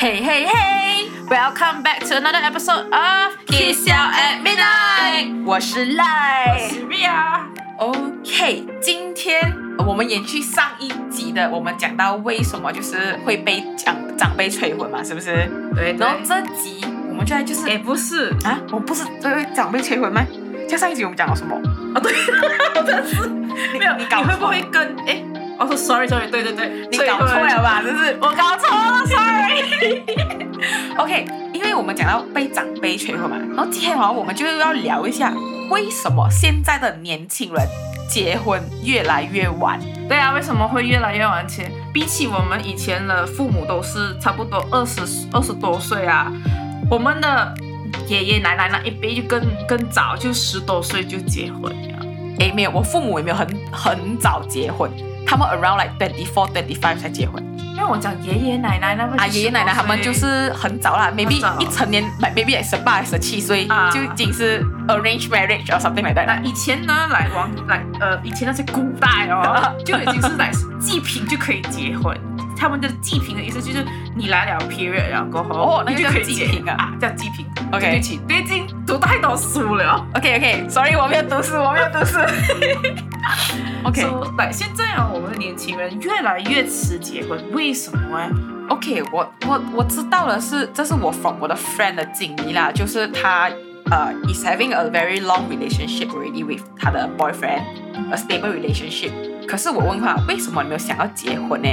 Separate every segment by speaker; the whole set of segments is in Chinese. Speaker 1: Hey hey hey! Welcome back to another episode of Kiss You at Midnight。我是赖。
Speaker 2: Ria，
Speaker 1: OK，今天呃我们延续上一集的，我们讲到为什么就是会被长长辈催婚嘛，是不是？
Speaker 2: 对，
Speaker 1: 然
Speaker 2: 然
Speaker 1: 后
Speaker 2: 后
Speaker 1: 这集我们就来就是
Speaker 2: 这也 不是
Speaker 1: 啊，我不是对对长辈催婚吗？像上一集我们讲了什么？
Speaker 2: 啊，对，我真的是没有，
Speaker 1: 你搞
Speaker 2: 你会不
Speaker 1: 错
Speaker 2: 会跟哎？我说 sorry，sorry，对对对，
Speaker 1: 你搞错了吧？真是我搞错了，sorry。OK，因为我们讲到被长辈催婚嘛，然后今天好像我们就要聊一下为什么现在的年轻人结婚越来越晚。
Speaker 2: 对啊，为什么会越来越往前？比起我们以前的父母都是差不多二十二十多岁啊，我们的爷爷奶奶那一辈就更更早，就十多岁就结婚了。
Speaker 1: 诶，没有，我父母也没有很很早结婚，他们 around like twenty four twenty five 才结婚
Speaker 2: 因为我讲爷爷奶奶那辈
Speaker 1: 啊，爷爷奶奶他们就是很早啦，maybe
Speaker 2: 很早
Speaker 1: 一成年，like maybe 十八十七岁、
Speaker 2: 啊
Speaker 1: 就已经是 arranged marriage or something like that
Speaker 2: 那
Speaker 1: 啦。
Speaker 2: 以前呢，来往来呃，以前那些古 代哦，就已经是来祭品就可以结婚。他们的祭品的意思就是你来了 period 了过后，
Speaker 1: 哦那
Speaker 2: 你
Speaker 1: 就
Speaker 2: 就
Speaker 1: 叫
Speaker 2: 可以
Speaker 1: 祭
Speaker 2: 结
Speaker 1: 品啊
Speaker 2: 啊，叫祭品。
Speaker 1: OK
Speaker 2: 对不起，最近读太多书了。
Speaker 1: OK OK，sorry，、我没有读书， 我没有读 书。OK，
Speaker 2: So，来现在啊，我们的年轻人越来越迟结婚，为什么呢？
Speaker 1: OK，我我我知道的是，这是我 from 我的 friend 的经历啦，就是她呃、is having a very long relationship already with 她的 boyfriend a stable relationship。可是我问她为什么你没有想要结婚呢？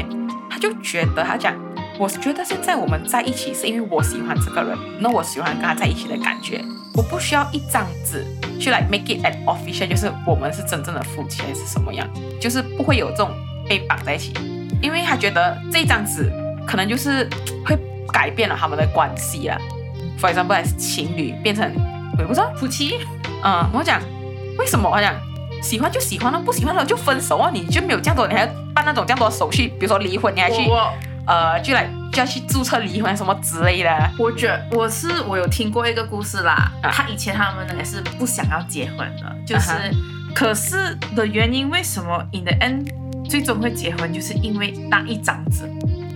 Speaker 1: 她就觉得她讲，我觉得现在我们在一起是因为我喜欢这个人，那我喜欢跟他在一起的感觉，我不需要一张纸去 like make it an official，就是我们是真正的夫妻还是什么样，就是不会有这种被绑在一起。因为他觉得这张纸可能就是会改变了他们的关系啦。For example，情侣变成我也不知道，
Speaker 2: 夫妻
Speaker 1: 嗯，我讲为什么？我讲喜欢就喜欢了，不喜欢了就分手啊！你就没有这样多，你还要办那种这样多手续，比如说离婚，你还去
Speaker 2: 我我
Speaker 1: 呃，就来就要去注册离婚什么之类的。
Speaker 2: 我觉我是我有听过一个故事啦，
Speaker 1: 啊
Speaker 2: 他以前他们呢也是不想要结婚的，就是、
Speaker 1: 啊哈
Speaker 2: 可是的原因为什么 in the end 最终会结婚，就是因为那一张纸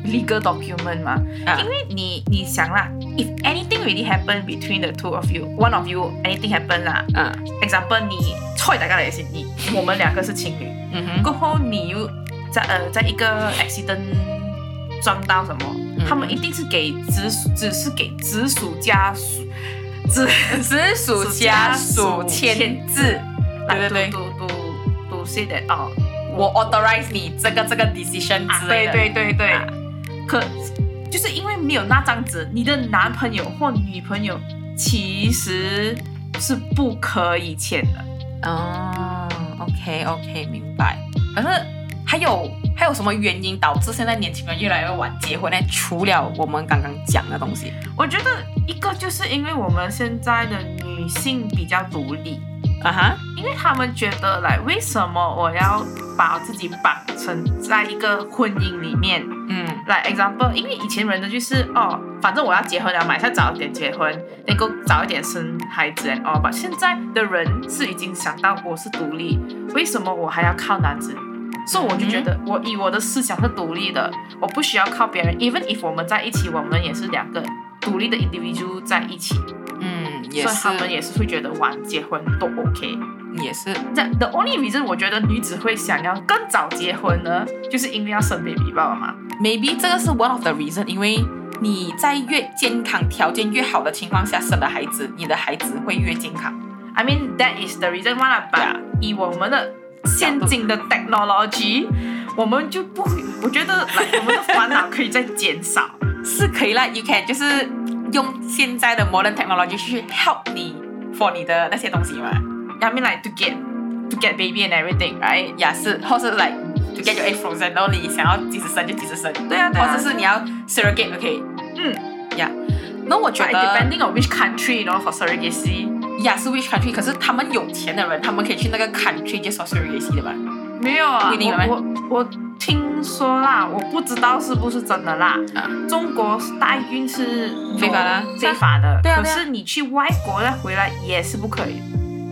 Speaker 2: legal document 嘛，
Speaker 1: 啊
Speaker 2: 因为你你想啦，if anything really happen between the two of you, one of you anything happen 啦
Speaker 1: 嗯
Speaker 2: ，example 你踹大家的也是你，我们两个是情侣，
Speaker 1: 嗯哼，
Speaker 2: 过后你又在呃在一个 accident 撞到什么，
Speaker 1: 嗯
Speaker 2: 他们一定是给直属，只是给直属家属，直
Speaker 1: 直属家属签字。对对对
Speaker 2: do do do say that 哦，
Speaker 1: 我 authorize 你这个这个 decision
Speaker 2: 啊
Speaker 1: 之类
Speaker 2: 对
Speaker 1: 的，
Speaker 2: 对对对
Speaker 1: 啊，
Speaker 2: 可就是因为没有那张纸，你的男朋友或女朋友其实是不可以签的。
Speaker 1: 哦，OK OK，明白。可是还有还有什么原因导致现在年轻人越来越晚结婚呢？除了我们刚刚讲的东西
Speaker 2: 我觉得一个就是因为我们现在的女性比较独立，
Speaker 1: 啊哈，
Speaker 2: 因为他们觉得来，为什么我要把自己绑成在一个婚姻里面？
Speaker 1: 嗯
Speaker 2: 来，example，因为以前人的就是哦，反正我要结婚了嘛，马上早一点结婚，能够早一点生孩子哦。把现在的人是已经想到我是独立，为什么我还要靠男子？所以我就觉
Speaker 1: 嗯
Speaker 2: 得，我以我的思想是独立的，我不需要靠别人。Even if 我们在一起，我们也是两个独立的 individual 在一起，
Speaker 1: 嗯，也
Speaker 2: 所以
Speaker 1: 是
Speaker 2: 他们也是会觉得晚结婚都 OK。
Speaker 1: 也是
Speaker 2: 这 the only reason 我觉得女子会想要更早结婚呢，就是因为要生 baby 爸爸嘛。
Speaker 1: ，maybe 这个是 one of the reason，因为你在越健康条件越好的情况下生的孩子，你的孩子会越健康。
Speaker 2: I mean that is the reason why 啦 but
Speaker 1: Yeah.
Speaker 2: 以我们的现今的 technology，我们就不，我觉得 like, 我们的烦恼可以再减少。
Speaker 1: 是可以啦，you can 就是用现在的 modern technology 去 help 你 for 你的那些东西嘛。
Speaker 2: I mean like to get to get baby and everything, right?
Speaker 1: 也是，或是 like to get your egg frozen，然后你想要几时生就几时生，
Speaker 2: 对啊对啊
Speaker 1: 或者是你要 surrogate，OK，、
Speaker 2: 嗯
Speaker 1: 呀，那我觉
Speaker 2: But
Speaker 1: 得
Speaker 2: depending on which country, you know, for surrogacy，
Speaker 1: 呀是 which country，可是他们有钱的人，他们可以去那个 country 接受 surrogacy 的吧？
Speaker 2: 没有啊，
Speaker 1: 不一定的
Speaker 2: 我我我听说啦，我不知道是不是真的啦。
Speaker 1: 啊
Speaker 2: 中国代孕是有
Speaker 1: 非法啦
Speaker 2: 非法的。
Speaker 1: 对啊
Speaker 2: 可
Speaker 1: 对啊
Speaker 2: 是你去外国再回来也是不可以，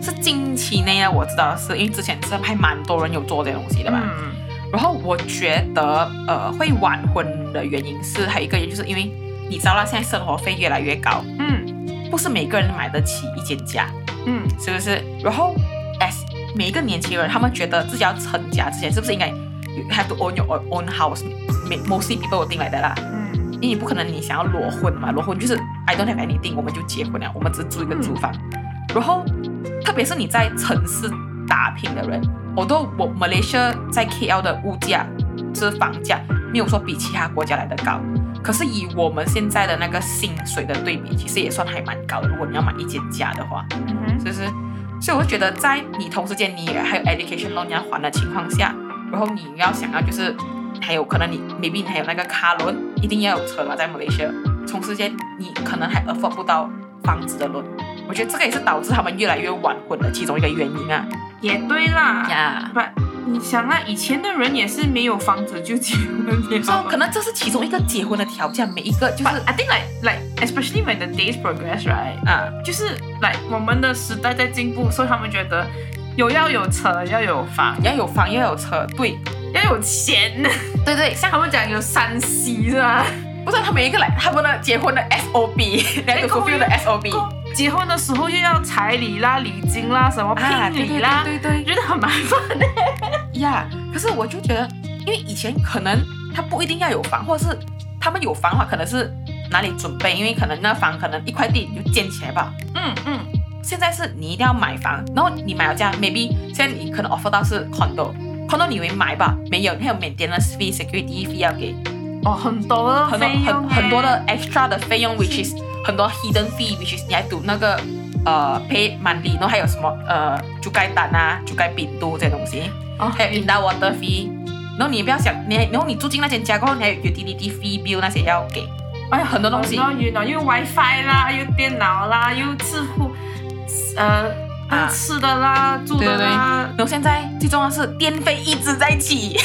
Speaker 1: 是近期内啊，我知道的是，因为之前是还蛮多人有做这些东西的
Speaker 2: 对
Speaker 1: 吧。
Speaker 2: 吧？
Speaker 1: 嗯然后我觉得呃会晚婚的原因是还有一个原因，就是因为你知道啦，现在生活费越来越高，
Speaker 2: 嗯
Speaker 1: 不是每个人买得起一间家，
Speaker 2: 嗯
Speaker 1: 是不是？然后，as 每一个年轻人，他们觉得自己要成家之前，是不是应该 you have to own your own house？每 mostly people 我定来的啦，
Speaker 2: 嗯
Speaker 1: 因为你不可能你想要裸婚嘛，裸婚就是 I don't have anything，我们就结婚了，我们只住一个租房。然后，特别是你在城市打拼的人，我都我 Malaysia 在 KL 的物价，就是房价没有说比其他国家来的高，可是以我们现在的那个薪水的对比，其实也算还蛮高的。如果你要买一间家的话，
Speaker 2: 嗯
Speaker 1: 就是，所以我会觉得，在你同时间你也还有 education loan 你要还的情况下，然后你要想要就是，还有可能你 maybe 你还有那个 car loan，一定要有车嘛，在 Malaysia，同时间你可能还 afford 不到房子的 loan，我觉得这个也是导致他们越来越晚婚的其中一个原因啊。
Speaker 2: 也对啦。
Speaker 1: 呀，
Speaker 2: 不，你想啊，以前的人也是没有房子就结婚的
Speaker 1: 所以可能这是其中一个结婚的条件，每一个就是
Speaker 2: But I think like like especially when the days progress, right？
Speaker 1: 啊，
Speaker 2: 就是 like 我们的时代在进步，所以他们觉得有要有车，要有房，
Speaker 1: 你要有房，要有车，对，
Speaker 2: 要有钱。
Speaker 1: 对对，像
Speaker 2: 像他们讲有三 C 是吧？
Speaker 1: 不是他每一个来他们的结婚的 SOP，来 f u l f i l 的 SOP，
Speaker 2: 结婚的时候又要彩礼啦、礼金啦、什么
Speaker 1: 啊，
Speaker 2: 聘礼啦，
Speaker 1: 对对对对
Speaker 2: 觉得很麻烦的。
Speaker 1: 呀可是我就觉得，因为以前可能他不一定要有房，或者是他们有房的话，可能是哪里准备，因为可能那房可能一块地你就建起来吧。
Speaker 2: 嗯嗯
Speaker 1: 现在是你一定要买房，然后你买了家，maybe 现在你可能 offer 到是 condo。condo 你以为买吧，没有，你还有 maintenance fee、security fee 要给，
Speaker 2: 哦，很多的
Speaker 1: 很多
Speaker 2: 费用
Speaker 1: 很
Speaker 2: 欸
Speaker 1: 很多的 extra 的费用，which is 很多 hidden fee，which is 你还赌那个呃 pay money，然后还有什么呃猪盖蛋啊、猪盖饼都这些东西。
Speaker 2: 哦，
Speaker 1: 还有 in that water fee，然后你也不要想，你还然后你住进那间家过后，你还有 utility fee bill 那些要给，哎呀，很多东西
Speaker 2: 然后又又 WiFi 啦，又电脑啦，又智库，呃，
Speaker 1: 啊
Speaker 2: 吃的啦，住的啦。
Speaker 1: 然后现在最重要是电费一直在起，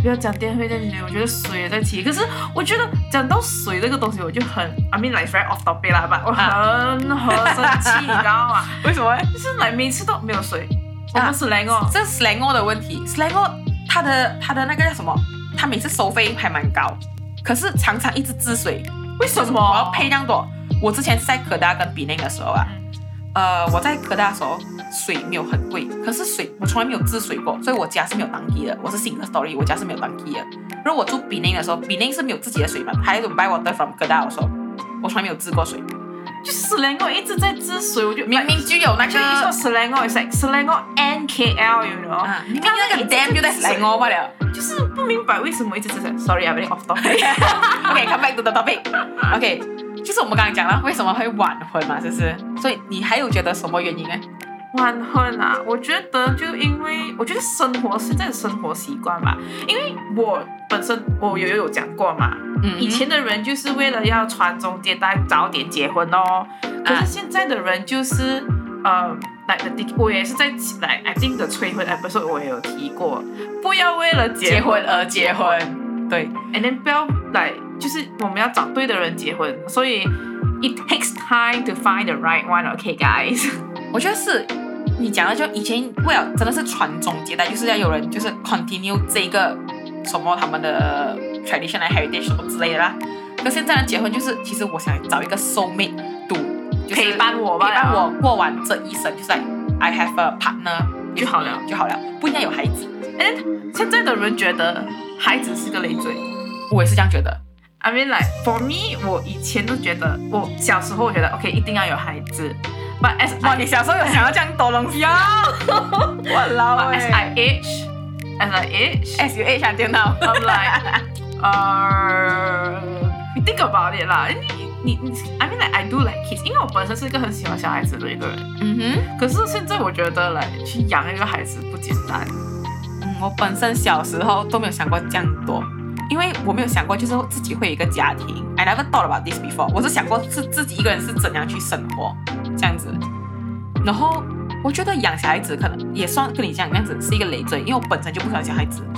Speaker 2: 不要讲电费这些，我觉得水也在提。可是我觉得讲到水这个东西，我就很，I mean like very off topic 啦吧，我很、
Speaker 1: 啊
Speaker 2: 很生气，你知道吗？
Speaker 1: 为什么？
Speaker 2: 就是来每次都没有水，我们是来哦，
Speaker 1: 这 slango 的问题，slango 它的它的那个叫什么？它每次收费还蛮高，可是常常一直治水。
Speaker 2: 为什
Speaker 1: 为什么
Speaker 2: 么？
Speaker 1: 我要配那样多？我之前是在科大跟比那个时候啊，呃，我在科大的时候水没有很贵，可是水我从来没有治水过，所以我家是没有当地的，我是新的 story，我家是没有当地的。然后我住比宁的时候，比宁是没有自己的水嘛，还有 buy water from 科大的时候，我从来没有治过水，
Speaker 2: 就是来我一直在治水，我就
Speaker 1: 明明就有那
Speaker 2: 就
Speaker 1: 个
Speaker 2: 一说史莱我 s like 史莱我 N K L，you know？、
Speaker 1: 啊，你看那个 dam 就在来
Speaker 2: 哦
Speaker 1: 我罢了。
Speaker 2: 就是不明白为什么一直在水。Sorry，I very off topic。
Speaker 1: OK，come、back to the topic。OK，就是我们刚刚讲了为什么会晚婚嘛，就是所以你还有觉得什么原因呢？
Speaker 2: 晚婚啊，我觉得就因为我觉得生活是在生活习惯吧，因为我本身我有有有讲过嘛，
Speaker 1: 嗯
Speaker 2: 以前的人就是为了要传宗接代，早点结婚
Speaker 1: 啊
Speaker 2: 哦，可是现在的人就是、呃。来的，我也是在来 I think 的催婚 episode 我也有提过，不要为了结
Speaker 1: 结
Speaker 2: 婚
Speaker 1: 婚而嗯结婚，对。
Speaker 2: ，and then 不要来，就是我们要找对的人结婚，所以 it takes time to find the right one，okay guys。
Speaker 1: 我觉得是你讲的，就以前为了真的是传宗接代，就是要有人就是 continue 这一个什么他们的 tradition 来 heritage 什么之类的啦。可现在的结婚就是，其实我想找一个 soul mate，赌 就是
Speaker 2: 陪伴我吧
Speaker 1: 陪伴我过完这一生，就是 like, I have a partner
Speaker 2: 就好了
Speaker 1: 就好了，不应该有孩子。
Speaker 2: 哎，现在的人觉得孩子是个累赘。
Speaker 1: 我也是这样觉得，
Speaker 2: I mean like for me，我以前都觉得，我小时候我觉得 OK 一定要有孩子，but as
Speaker 1: 哇，
Speaker 2: I
Speaker 1: 你小时候有想要这样多东西啊？ 我老
Speaker 2: but
Speaker 1: 哎
Speaker 2: as I age as I age，I'm
Speaker 1: ，S U A 想电脑，
Speaker 2: like 呃、y o u think about it 啦，你你你，I mean like I do like kids，因为我本身是一个很喜欢小孩子的一个人，
Speaker 1: 嗯哼。
Speaker 2: 可是现在我觉得来去养一个孩子不简单，
Speaker 1: 嗯，我本身小时候都没有想过这样多，因为我没有想过就是自己会有一个家庭。I never thought about this before。我是想过是自己一个人是怎样去生活这样子。然后我觉得养小孩子可能也算跟你讲那样子是一个累赘，因为我本身就不喜欢小孩子。
Speaker 2: 嗯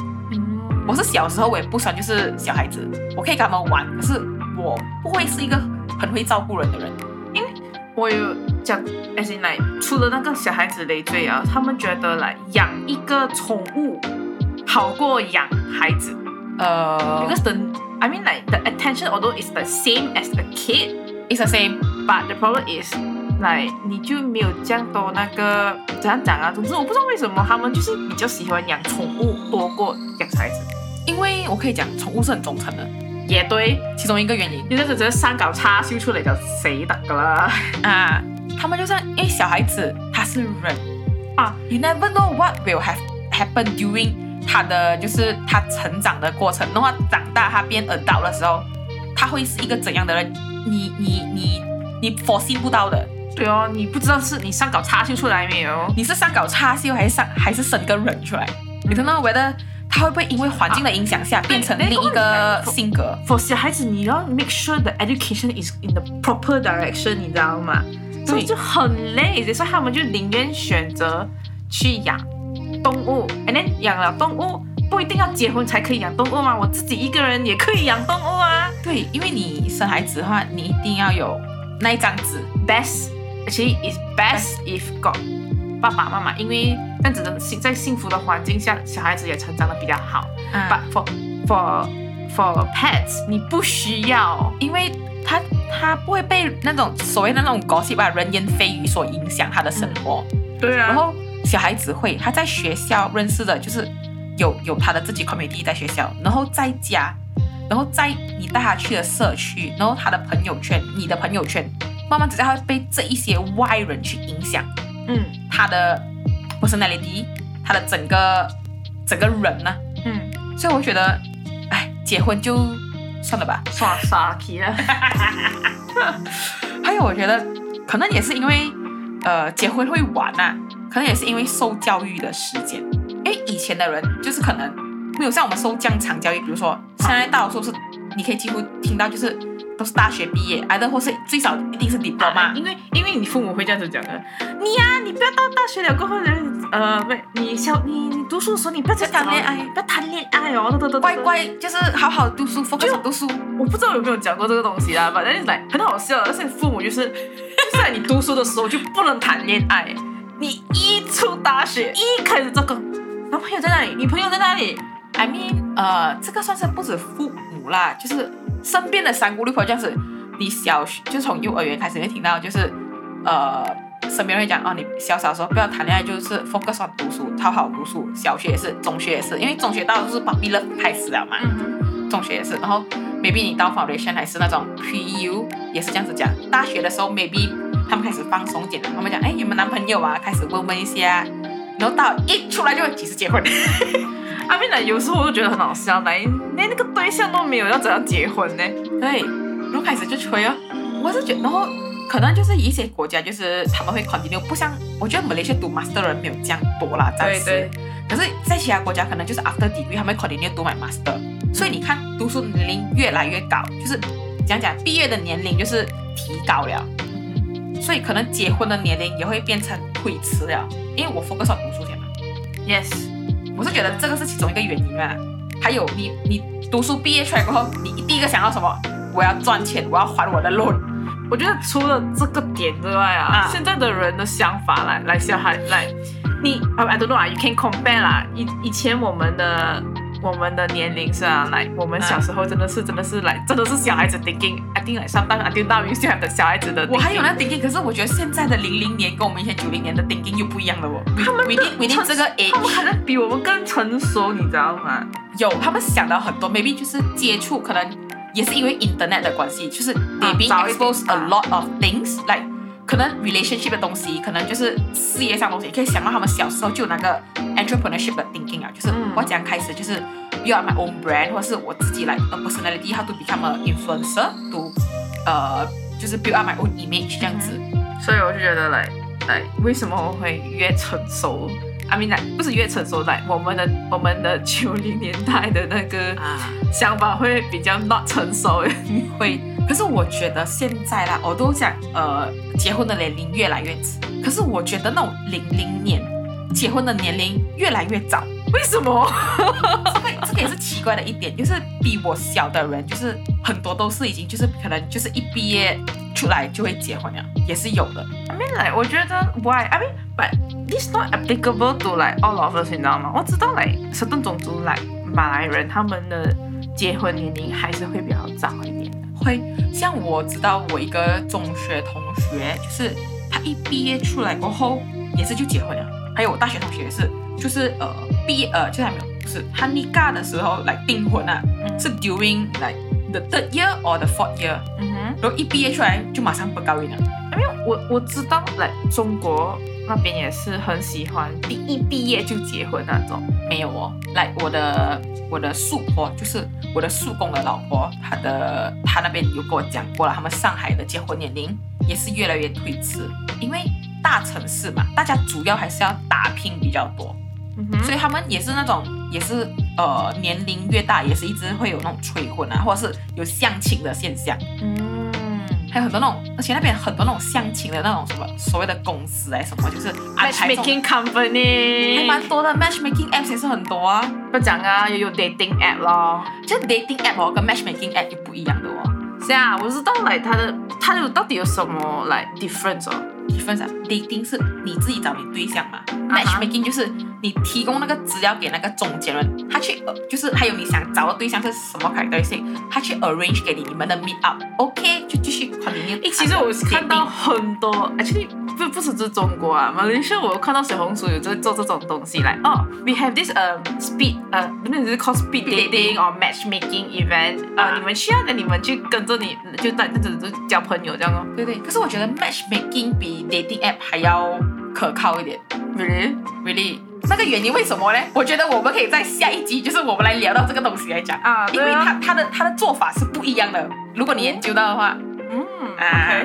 Speaker 1: 我是小时候我也不喜欢就是小孩子，我可以跟他们玩，可是我不会是一个很会照顾人的人。
Speaker 2: 我有讲，而且来除了那个小孩子累赘啊，他们觉得来养一个宠物好过养孩子
Speaker 1: 呃，
Speaker 2: ，because the I mean like the attention although it's the same as a kid,
Speaker 1: It's the same.
Speaker 2: But the problem is, like 你就没有这样多那个怎样讲啊？总之我不知道为什么他们就是比较喜欢养宠物多过养小孩子。
Speaker 1: 因为我可以讲，宠物是很忠诚的，
Speaker 2: 也对，
Speaker 1: 其中一个原因
Speaker 2: 你那陣時生嚿叉燒出嚟就死得噶啦。
Speaker 1: 啊，他们就像因为小孩子他是人啊，you never know what will have happen during 他的就是他成长的过程，那么长大他变 adult 的时候，他会是一个怎样的人？你你你你 foresee 不到的，
Speaker 2: 对哦，你不知道是你生嚿叉燒出来没有？
Speaker 1: 你是上搞叉修还是上还是生个人出来？你知道 whether 他会不会因为环境的影响下变成另一个性格？
Speaker 2: for 小孩子，你要 make sure the education is in the proper direction，你知道吗？所以就很累，所以他们就宁愿选择去养动物，and then 养了动物不一定要结婚才可以养动物嘛，我自己一个人也可以养动物啊。
Speaker 1: 对，因为你生孩子的话，你一定要有那一张纸。
Speaker 2: Best actually is best if got 爸爸妈妈，因为这样子的幸在幸福的环境下，小孩子也成长的比较好。
Speaker 1: 啊
Speaker 2: But for for for pets，你不需要。
Speaker 1: 因为他他不会被那种所谓的那种 gossip 啊、人言蜚语所影响他的生活。
Speaker 2: 对啊
Speaker 1: 然后小孩子会，他在学校认识的就是有有他的自己 community 在学校，然后在家，然后在你带他去的社区，然后他的朋友圈，你的朋友圈，慢慢之下他会被这一些外人去影响
Speaker 2: 嗯
Speaker 1: 他的 personality，他的整个整个人呢、
Speaker 2: 嗯。
Speaker 1: 所以我觉得，哎，结婚就算了吧。
Speaker 2: 耍傻皮了。
Speaker 1: 还有，我觉得可能也是因为，呃，结婚会晚啊，可能也是因为受教育的时间。因为以前的人就是可能没有像我们受这样长教育，比如说现在大多数是，你可以几乎听到就是都是大学毕业，哎，的或是最少一定是 diploma，、
Speaker 2: 因为因为你父母会这样子讲的，你呀、你不要到大学了过后呢，呃，不，你小你你读书的时候你不要再
Speaker 1: 不要谈恋爱
Speaker 2: 不要谈恋爱哦，对对对，
Speaker 1: 乖。乖就是好好读书，focus 好读书。
Speaker 2: 我不知道有没有讲过这个东西啦，反正来很好笑，而且父母就是， 就是在你读书的时候就不能谈恋爱，你一出大学一开始这个男朋友在哪里，女朋友在哪里，
Speaker 1: I mean，呃，这个算是不止父母啦，就是身边的三姑六婆这样子。你小学就是从幼儿园开始会听到，就是呃，身边人会讲哦，你小小的时候不要谈恋爱，就是 focus on 读书，好好读书。小学也是，中学也是，因为中学到就是 puppy love 开始了嘛，
Speaker 2: 嗯，
Speaker 1: 中学也是。然后 maybe 你到 foundation 还是那种 pre U 也是这样子讲。大学的时候 maybe 他们开始放松点了，他们讲哎有没有男朋友啊，开始问问一下。然后到一出来就几时结婚，
Speaker 2: 阿斌呢有时候我就觉得很好笑，来连那个对象都没有，要怎样结婚呢？
Speaker 1: 对，然后开始就吹哦。我是觉得，然后可能就是一些国家就是他们会 continue，不像我觉得马来西亚读 master 的人没有这样多啦，暂时。
Speaker 2: 对。
Speaker 1: 可是，在其他国家可能就是 after degree 他们会 continue 读满 master，所以你看读书年龄越来越高，就是讲讲毕业的年龄就是提高了，所以可能结婚的年龄也会变成推迟了，因为我 focus on 读书先嘛。
Speaker 2: Yes，
Speaker 1: 我是觉得这个是其中一个原因啊。还有你你读书毕业出来过后，你第一个想到什么？我要赚钱，我要还我的 loan。
Speaker 2: 我觉得除了这个点之外
Speaker 1: 啊
Speaker 2: 啊，现在的人的想法来来小孩来，你 I I don't know 啊，you can compare 啦。以以前我们的我们的年龄是啊，来我们
Speaker 1: 啊
Speaker 2: 小时候真的是真的是来真的是小孩子 thinking，I think like sometimes I think now you still have the 小孩子的 thinking。
Speaker 1: 我还有那 thinking，可是我觉得现在的零零年跟我们以前九零年的 thinking 又不一样了哦。他们 within within 这个
Speaker 2: 他们
Speaker 1: age
Speaker 2: 可能比我们更成熟，你知道吗？
Speaker 1: 有他们想到很多，maybe 就是接触，可能也是因为 internet 的关系，就是 they being
Speaker 2: 啊早一点
Speaker 1: exposed a lot of things，like 可能 relationship 的东西，可能就是事业上的东西，可以想到他们小时候就有那个 entrepreneurship 的 thinking 啊，就是
Speaker 2: 嗯
Speaker 1: 我怎样开始，就是 build up my own brand，或者是我自己来 a personality，how to become a influencer，to 呃就是 build up my own image 这样子。
Speaker 2: 所以我就觉得来来，为什么我会越成熟？I mean，来不是越成熟，来我们的我们的九零年代的那个
Speaker 1: 啊
Speaker 2: 想法会比较 not 成熟。
Speaker 1: 会。可是我觉得现在啦，我都讲呃，结婚的年龄越来越迟，可是我觉得那种零零年结婚的年龄越来越早，
Speaker 2: 为什么？
Speaker 1: 这个这个也是奇怪的一点，就是比我小的人，就是很多都是已经就是可能就是一毕业出来就会结婚了，也是有的。
Speaker 2: I mean like，我觉得 why？I mean but this not applicable to like all of us，你知道吗？我知道 like certain 种族 like 马来人他们的结婚年龄还是会比较早一点的。
Speaker 1: 会像我知道我一个中学同学，就是他一毕业出来过后也是就结婚了，还有我大学同学也是，就是呃毕业呃就是还没有不是他 n i a 的时候来订婚啊，
Speaker 2: 嗯
Speaker 1: 是 during like the third year or the fourth year，
Speaker 2: 嗯哼。
Speaker 1: 然后一毕业出来就马上不高音了，
Speaker 2: 因为我我知道，来中国那边也是很喜欢第一毕业就结婚那种。
Speaker 1: 没有哦，来我的我的叔婆就是我的叔公的老婆，她的她那边有跟我讲过了，他们上海的结婚年龄也是越来越推迟，因为大城市嘛，大家主要还是要打拼比较多，
Speaker 2: 嗯哼
Speaker 1: 所以他们也是那种也是呃年龄越大也是一直会有那种催婚啊，或者是有相亲的现象，
Speaker 2: 嗯，
Speaker 1: 还有很多那种，而且那边很多那种相亲的那种什么所谓的公司哎什么，就是安排这种
Speaker 2: matchmaking
Speaker 1: 还
Speaker 2: company，
Speaker 1: 蛮多的 matchmaking apps 也是很多啊。
Speaker 2: 不讲啊，也有 dating app 咯。
Speaker 1: 就是 dating app 哦，跟 matchmaking app 就不一样的哦。
Speaker 2: 是啊，我知道来它的它有到底有什么来 difference 哦？
Speaker 1: difference 啊 dating 是你自己找你对象嘛、
Speaker 2: 啊哈
Speaker 1: m a t c h m a k i n g 就是你提供那个资料给那个中间人，他去呃就是还有你想找的对象是什么 characteristic，他去 arrange 给你你们的 meet up，OK、就继续啊 continue 谈
Speaker 2: 诶，
Speaker 1: 的
Speaker 2: 其实我看到
Speaker 1: dating
Speaker 2: 很多，actually 不不是指中国啊，马来西亚我有看到小红书有在做这种东西，来哦，we have this 呃、speed 呃，不是是 called speed
Speaker 1: Speed
Speaker 2: dating or matchmaking event，呃，
Speaker 1: 啊
Speaker 2: 你们需要的你们去跟着你就在那种就交朋友这样哦。
Speaker 1: 对对，可是我觉得 matchmaking 比 dating app 还要可靠一点
Speaker 2: Really？
Speaker 1: ，really。那个原因为什么呢？我觉得我们可以在下一集，就是我们来聊到这个东西来讲
Speaker 2: 啊
Speaker 1: 因
Speaker 2: 对啊
Speaker 1: 为他他的他的做法是不一样的。如果你研究到的话，
Speaker 2: 嗯
Speaker 1: 啊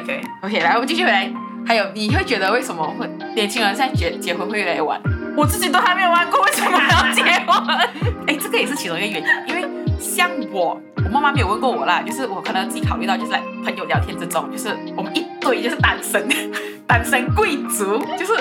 Speaker 1: ，OK
Speaker 2: OK，
Speaker 1: OK，来，我们继续回来。还有，你会觉得为什么会年轻人现在结结婚会越来越晚？
Speaker 2: 我自己都还没有玩过，为什么要结婚？
Speaker 1: 哎，这个也是其中一个原因，因为像我，我妈妈没有问过我啦，就是我可能自己考虑到，就是来朋友聊天之中，就是我们一堆就是单身， 单身贵族，就是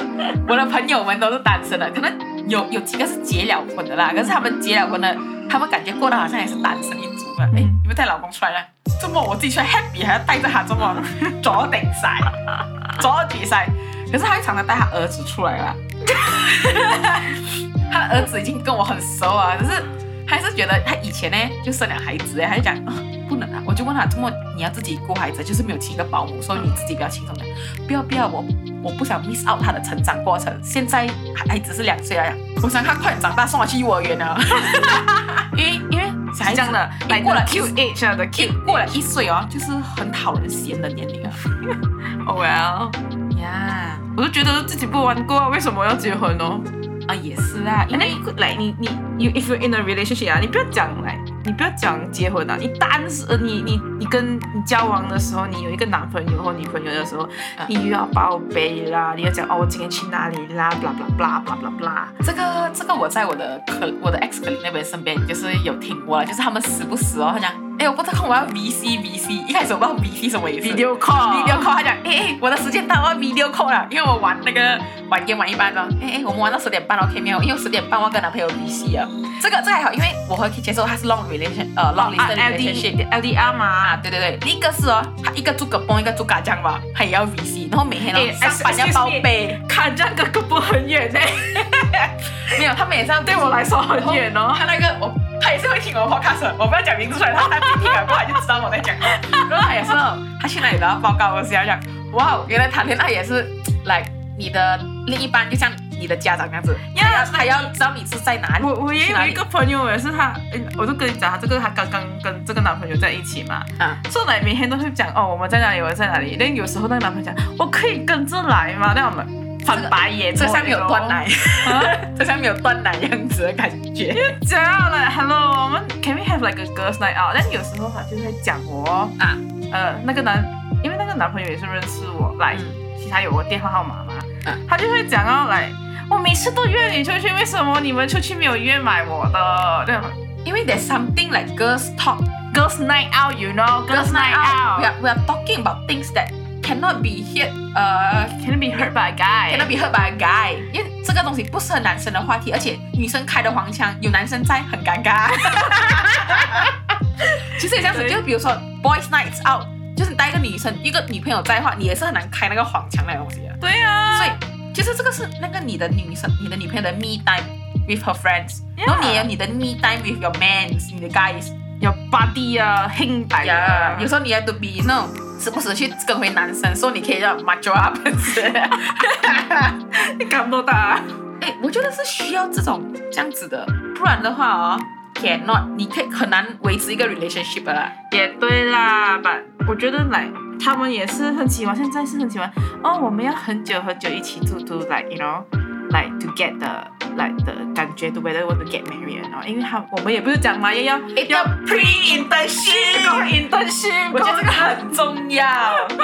Speaker 1: 我的朋友们都是单身的，可能有有几个是结了婚的啦，可是他们结了婚的，他们感觉过得好像也是单身一族的。哎，
Speaker 2: 嗯
Speaker 1: 你们带老公出来了，这么我自己出来 happy，还要带着他这么左顶塞，左顶塞，可是他还常常带他儿子出来啦。 他的儿子已经跟我很熟啊，可是还是觉得他以前呢就生了孩子，他就讲、啊不能啊，我就问他，这么你要自己顾孩子，就是没有请一个保姆，说你自己不要请什么的，不要不要，我我不想 miss out 他的成长过程。现在孩子是两岁啊，我想他快点长大，送他去幼儿园啊， 因为因为小孩
Speaker 2: 这
Speaker 1: 子
Speaker 2: 样的，
Speaker 1: 一哎过了
Speaker 2: Q H 啊，the
Speaker 1: 一
Speaker 2: Q
Speaker 1: 过了一岁哦，就是很讨人嫌的年龄啊。
Speaker 2: Oh well，
Speaker 1: 呀，
Speaker 2: 我就觉得自己不玩过，为什么要结婚哦呢？
Speaker 1: 啊也是啊，因
Speaker 2: 那
Speaker 1: 为
Speaker 2: 你来，你你 you if you in a relationship 啊，你不要讲来，你不要讲结婚啊，你单身，呃你你你跟你交往的时候，你有一个男朋友或女朋友的时候，
Speaker 1: 啊
Speaker 2: 你又要报备啦，你要讲哦，我今天去哪里啦，blah blah blah blah blah blah。
Speaker 1: 这个这个我在我的可我的 ex 可里那边身边就是有听过了，就是他们时不时哦，他讲，哎，我不知道我要 VC VC，一开始我不知道 VC 什么意思
Speaker 2: Video call，
Speaker 1: video call，他讲，哎哎，我的时间到，我要 video call 了，因为我玩那个玩 game 玩一半了，哎哎，我们玩到十点半，OK 没有？因为十点半我要跟男朋友 VC 啊，这个这个还好，因为我和 K 接受他是 long relation
Speaker 2: 哦
Speaker 1: 呃 long distance
Speaker 2: 啊，L
Speaker 1: relationship。
Speaker 2: D L D R
Speaker 1: 啊，
Speaker 2: 嘛。
Speaker 1: 对对对，另一个是哦，他一个住个崩，一个住嘎江吧，他也要 VC，然后每天哦
Speaker 2: 哎
Speaker 1: 上班要
Speaker 2: excuse
Speaker 1: 报
Speaker 2: me
Speaker 1: 备，
Speaker 2: 看这样跟胳膊很 远呢、
Speaker 1: 没有，他们也这样
Speaker 2: 对我来说很远哦
Speaker 1: 他那个我，他也是会听我的 podcast，的我不要讲名字出来，他他自己听了过来就知道我在讲。然 后他也
Speaker 2: 啊
Speaker 1: 是哦，他去哪里都要报告，我是要讲，哇，原来谈恋爱也是，来你的另一半就像你的家长那样子，
Speaker 2: 呀
Speaker 1: 他要他要知道你是在哪里。
Speaker 2: 我我也
Speaker 1: 去哪
Speaker 2: 有
Speaker 1: 里
Speaker 2: 一个朋友也是他，诶我就跟你讲，他这个他刚刚跟这个男朋友在一起嘛，
Speaker 1: 啊，
Speaker 2: 所以来每天都会讲哦，我们在哪里，我们在哪里。但有时候那个男朋友讲，哦我可以跟着来吗？那我们翻白眼，
Speaker 1: 这下面有断奶，
Speaker 2: 啊。
Speaker 1: 这下面有断奶样子的感觉
Speaker 2: 这样了，Hello，我们 Can we have like a girls night out？但有时候他就会讲我
Speaker 1: 啊，
Speaker 2: 呃，那个男，因为那个男朋友也是认识我，来，
Speaker 1: 嗯
Speaker 2: 其他有我电话号码嘛，
Speaker 1: 啊
Speaker 2: 他就会讲到来，我每次都约你出去，为什么你们出去没有约买我的？那种
Speaker 1: 因为 there's something like girls talk
Speaker 2: girls night out，you know，girls night
Speaker 1: We
Speaker 2: out
Speaker 1: are we are talking about things that cannot be here，呃、
Speaker 2: can be heard by a guy。
Speaker 1: cannot be heard by a guy，因为这个东西不适合男生的话题，而且女生开的黄腔，有男生在很尴尬。 其实也这样子，
Speaker 2: 对
Speaker 1: 就比如说 boys nights out，就是你带一个女生一个女朋友在的话，你也是很难开那个黄腔那个东西的。
Speaker 2: 对呀、啊，
Speaker 1: 所以其实这个是那个你的女生你的女朋友的 me time， with her friends，、
Speaker 2: Yeah.
Speaker 1: 然后你有你的 me time with your mans，你的 guys，
Speaker 2: 有 body 啊，hang 摆啊，
Speaker 1: 有时候你 have to be 那种时不时去跟回男生，说你可以让 macho up 是。
Speaker 2: 你感不到啊。
Speaker 1: 哎、我觉得是需要这种这样子的，不然的话哦，cannot，你可以很难维持一个 relationship 的啦。
Speaker 2: 也对啦，吧？我觉得来他们也是很喜欢，现在是很喜欢哦，我们要很久很久一起住住，like you know，like to get the like 的感觉，to whether want to get married or not，因为他我们也不是讲嘛，要要
Speaker 1: 一定要 pre
Speaker 2: go
Speaker 1: internship，
Speaker 2: internship，
Speaker 1: 我觉得这个
Speaker 2: go-
Speaker 1: 很重要，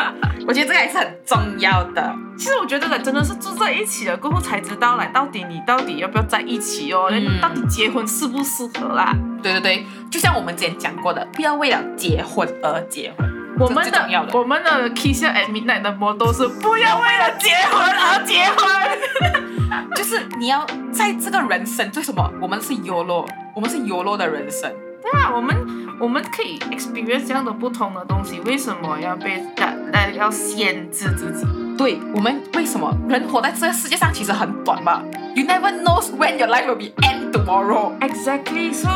Speaker 1: 我觉得这个还是很重要的。
Speaker 2: 其实我觉得人真的是住在一起了过后才知道，来到底你到底要不要在一起哦，
Speaker 1: 嗯
Speaker 2: 到底结婚适不适合啦？
Speaker 1: 对对对，就像我们之前讲过的，不要为了结婚而结婚。
Speaker 2: 我们
Speaker 1: 最
Speaker 2: 的
Speaker 1: 重要的
Speaker 2: 我们的 kiss at midnight 的魔都是不要为了结婚而结 婚。
Speaker 1: 就是你要在这个人生，为什么我们是 YOLO，我们是 YOLO 的人生，
Speaker 2: 那我们我们可以 experience 这样的不同的东西，为什么要被大大要限制自己？
Speaker 1: 对我们为什么人活在这个世界上其实很短嘛？You never know when your life will be end tomorrow。
Speaker 2: Exactly, so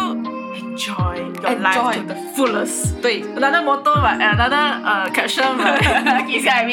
Speaker 2: enjoy your life
Speaker 1: Enjoy.
Speaker 2: to the fullest.
Speaker 1: 对
Speaker 2: Another motto, right? Another 呃 caption, right?
Speaker 1: 接下来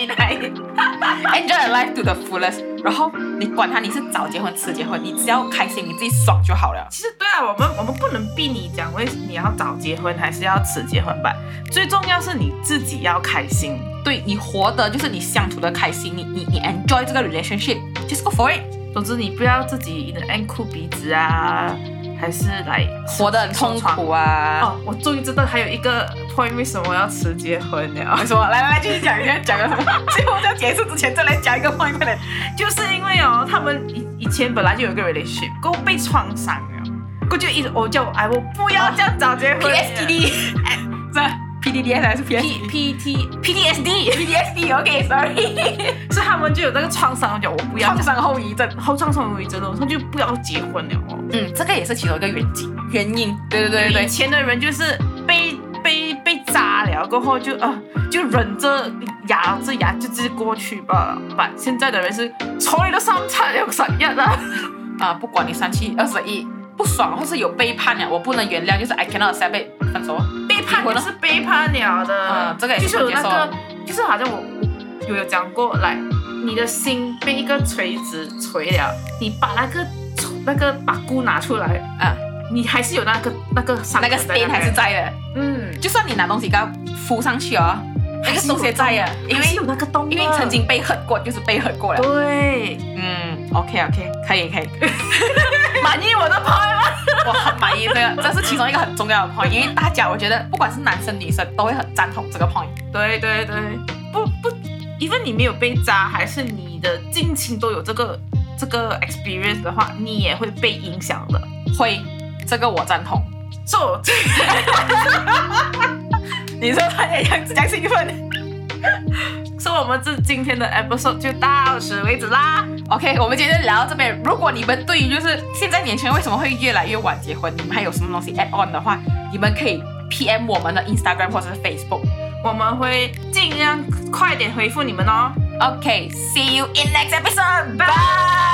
Speaker 1: ，Enjoy your life to the fullest。然后你管他你是早结婚迟结婚，你只要开心你自己爽就好了。
Speaker 2: 其实对啊，我们我们不能逼你讲，为你要早结婚还是要迟结婚吧？最重要是你自己要开心。
Speaker 1: 对你活的就是你相处的开心，你你你 enjoy 这个 relationship，just go for it，
Speaker 2: 总之，你不要自己一直按哭鼻子啊，还是来
Speaker 1: 活得很痛苦啊。
Speaker 2: 哦，我终于知道还有一个 point 为什么要迟结婚了。
Speaker 1: 为什么？来来来，继续讲，你要讲个什么？最后在结束之前，再来讲一个方面的。
Speaker 2: 就是因为哦，他们以以前本来就有一个 relationship，过后被创伤了，过后就一直我叫我哎，我不要这样早结婚
Speaker 1: 啊 PSTD，这 PDDS 还是 PS
Speaker 2: P P T P T S D，
Speaker 1: PDSD？OK，sorry，
Speaker 2: 所以他们就有那个创伤，就我不要
Speaker 1: 创伤后遗症。
Speaker 2: 后创伤有一阵子，他就不要结婚了哦。
Speaker 1: 嗯，这个也是其中一个原因。原因，对对对
Speaker 2: 以
Speaker 1: 对
Speaker 2: 前的人就是被被被扎了过后就啊、就忍着咬着牙就直接过去吧。把现在的人是从你都上菜有啥样了？
Speaker 1: 对。啊，不管你三七二十一，不爽或是有背叛了，我不能原谅，就是 I cannot accept it，分手。啊
Speaker 2: 背叛也是背叛了的，
Speaker 1: 嗯这个也
Speaker 2: 就是是
Speaker 1: 不
Speaker 2: 有
Speaker 1: 接
Speaker 2: 那
Speaker 1: 受
Speaker 2: 个，就是好像我有有讲过，来，你的心被一个锤子锤了，你把那个那个把箍拿出来，
Speaker 1: 啊，
Speaker 2: 你还是有那个那个伤
Speaker 1: 那
Speaker 2: 痕
Speaker 1: 个
Speaker 2: 在边
Speaker 1: stain 还是在啊的，
Speaker 2: 嗯，
Speaker 1: 就算你拿东西给它敷上去哦，那个东西在的，因
Speaker 2: 还是
Speaker 1: 为
Speaker 2: 有那个洞的，啊
Speaker 1: 因为曾经被 hurt 过，就是被 hurt 过了。
Speaker 2: 对，
Speaker 1: 嗯，OK OK，可以可 以，
Speaker 2: 满意我的朋友吗？
Speaker 1: 我很满意这个，这是其中一个很重要的 point，因为大家我觉得不管是男生女生都会很赞同这个 point。
Speaker 2: 对对对，不不，even 你没有被扎，还是你的近亲都有这个这个 experience 的话，你也会被影响的。
Speaker 1: 会，这个我赞同。
Speaker 2: so
Speaker 1: 你说他也样子讲兴奋
Speaker 2: 所以我们这今天的 episode 就到此为止啦。
Speaker 1: ？OK，我们今天就聊到这边。如果你们对于就是现在年轻人为什么会越来越晚结婚，你们还有什么东西 add on 的话，你们可以 PM 我们的 Instagram 或者是 Facebook。
Speaker 2: 我们会尽量快点回复你们哦。
Speaker 1: OK，see、you in next episode，bye。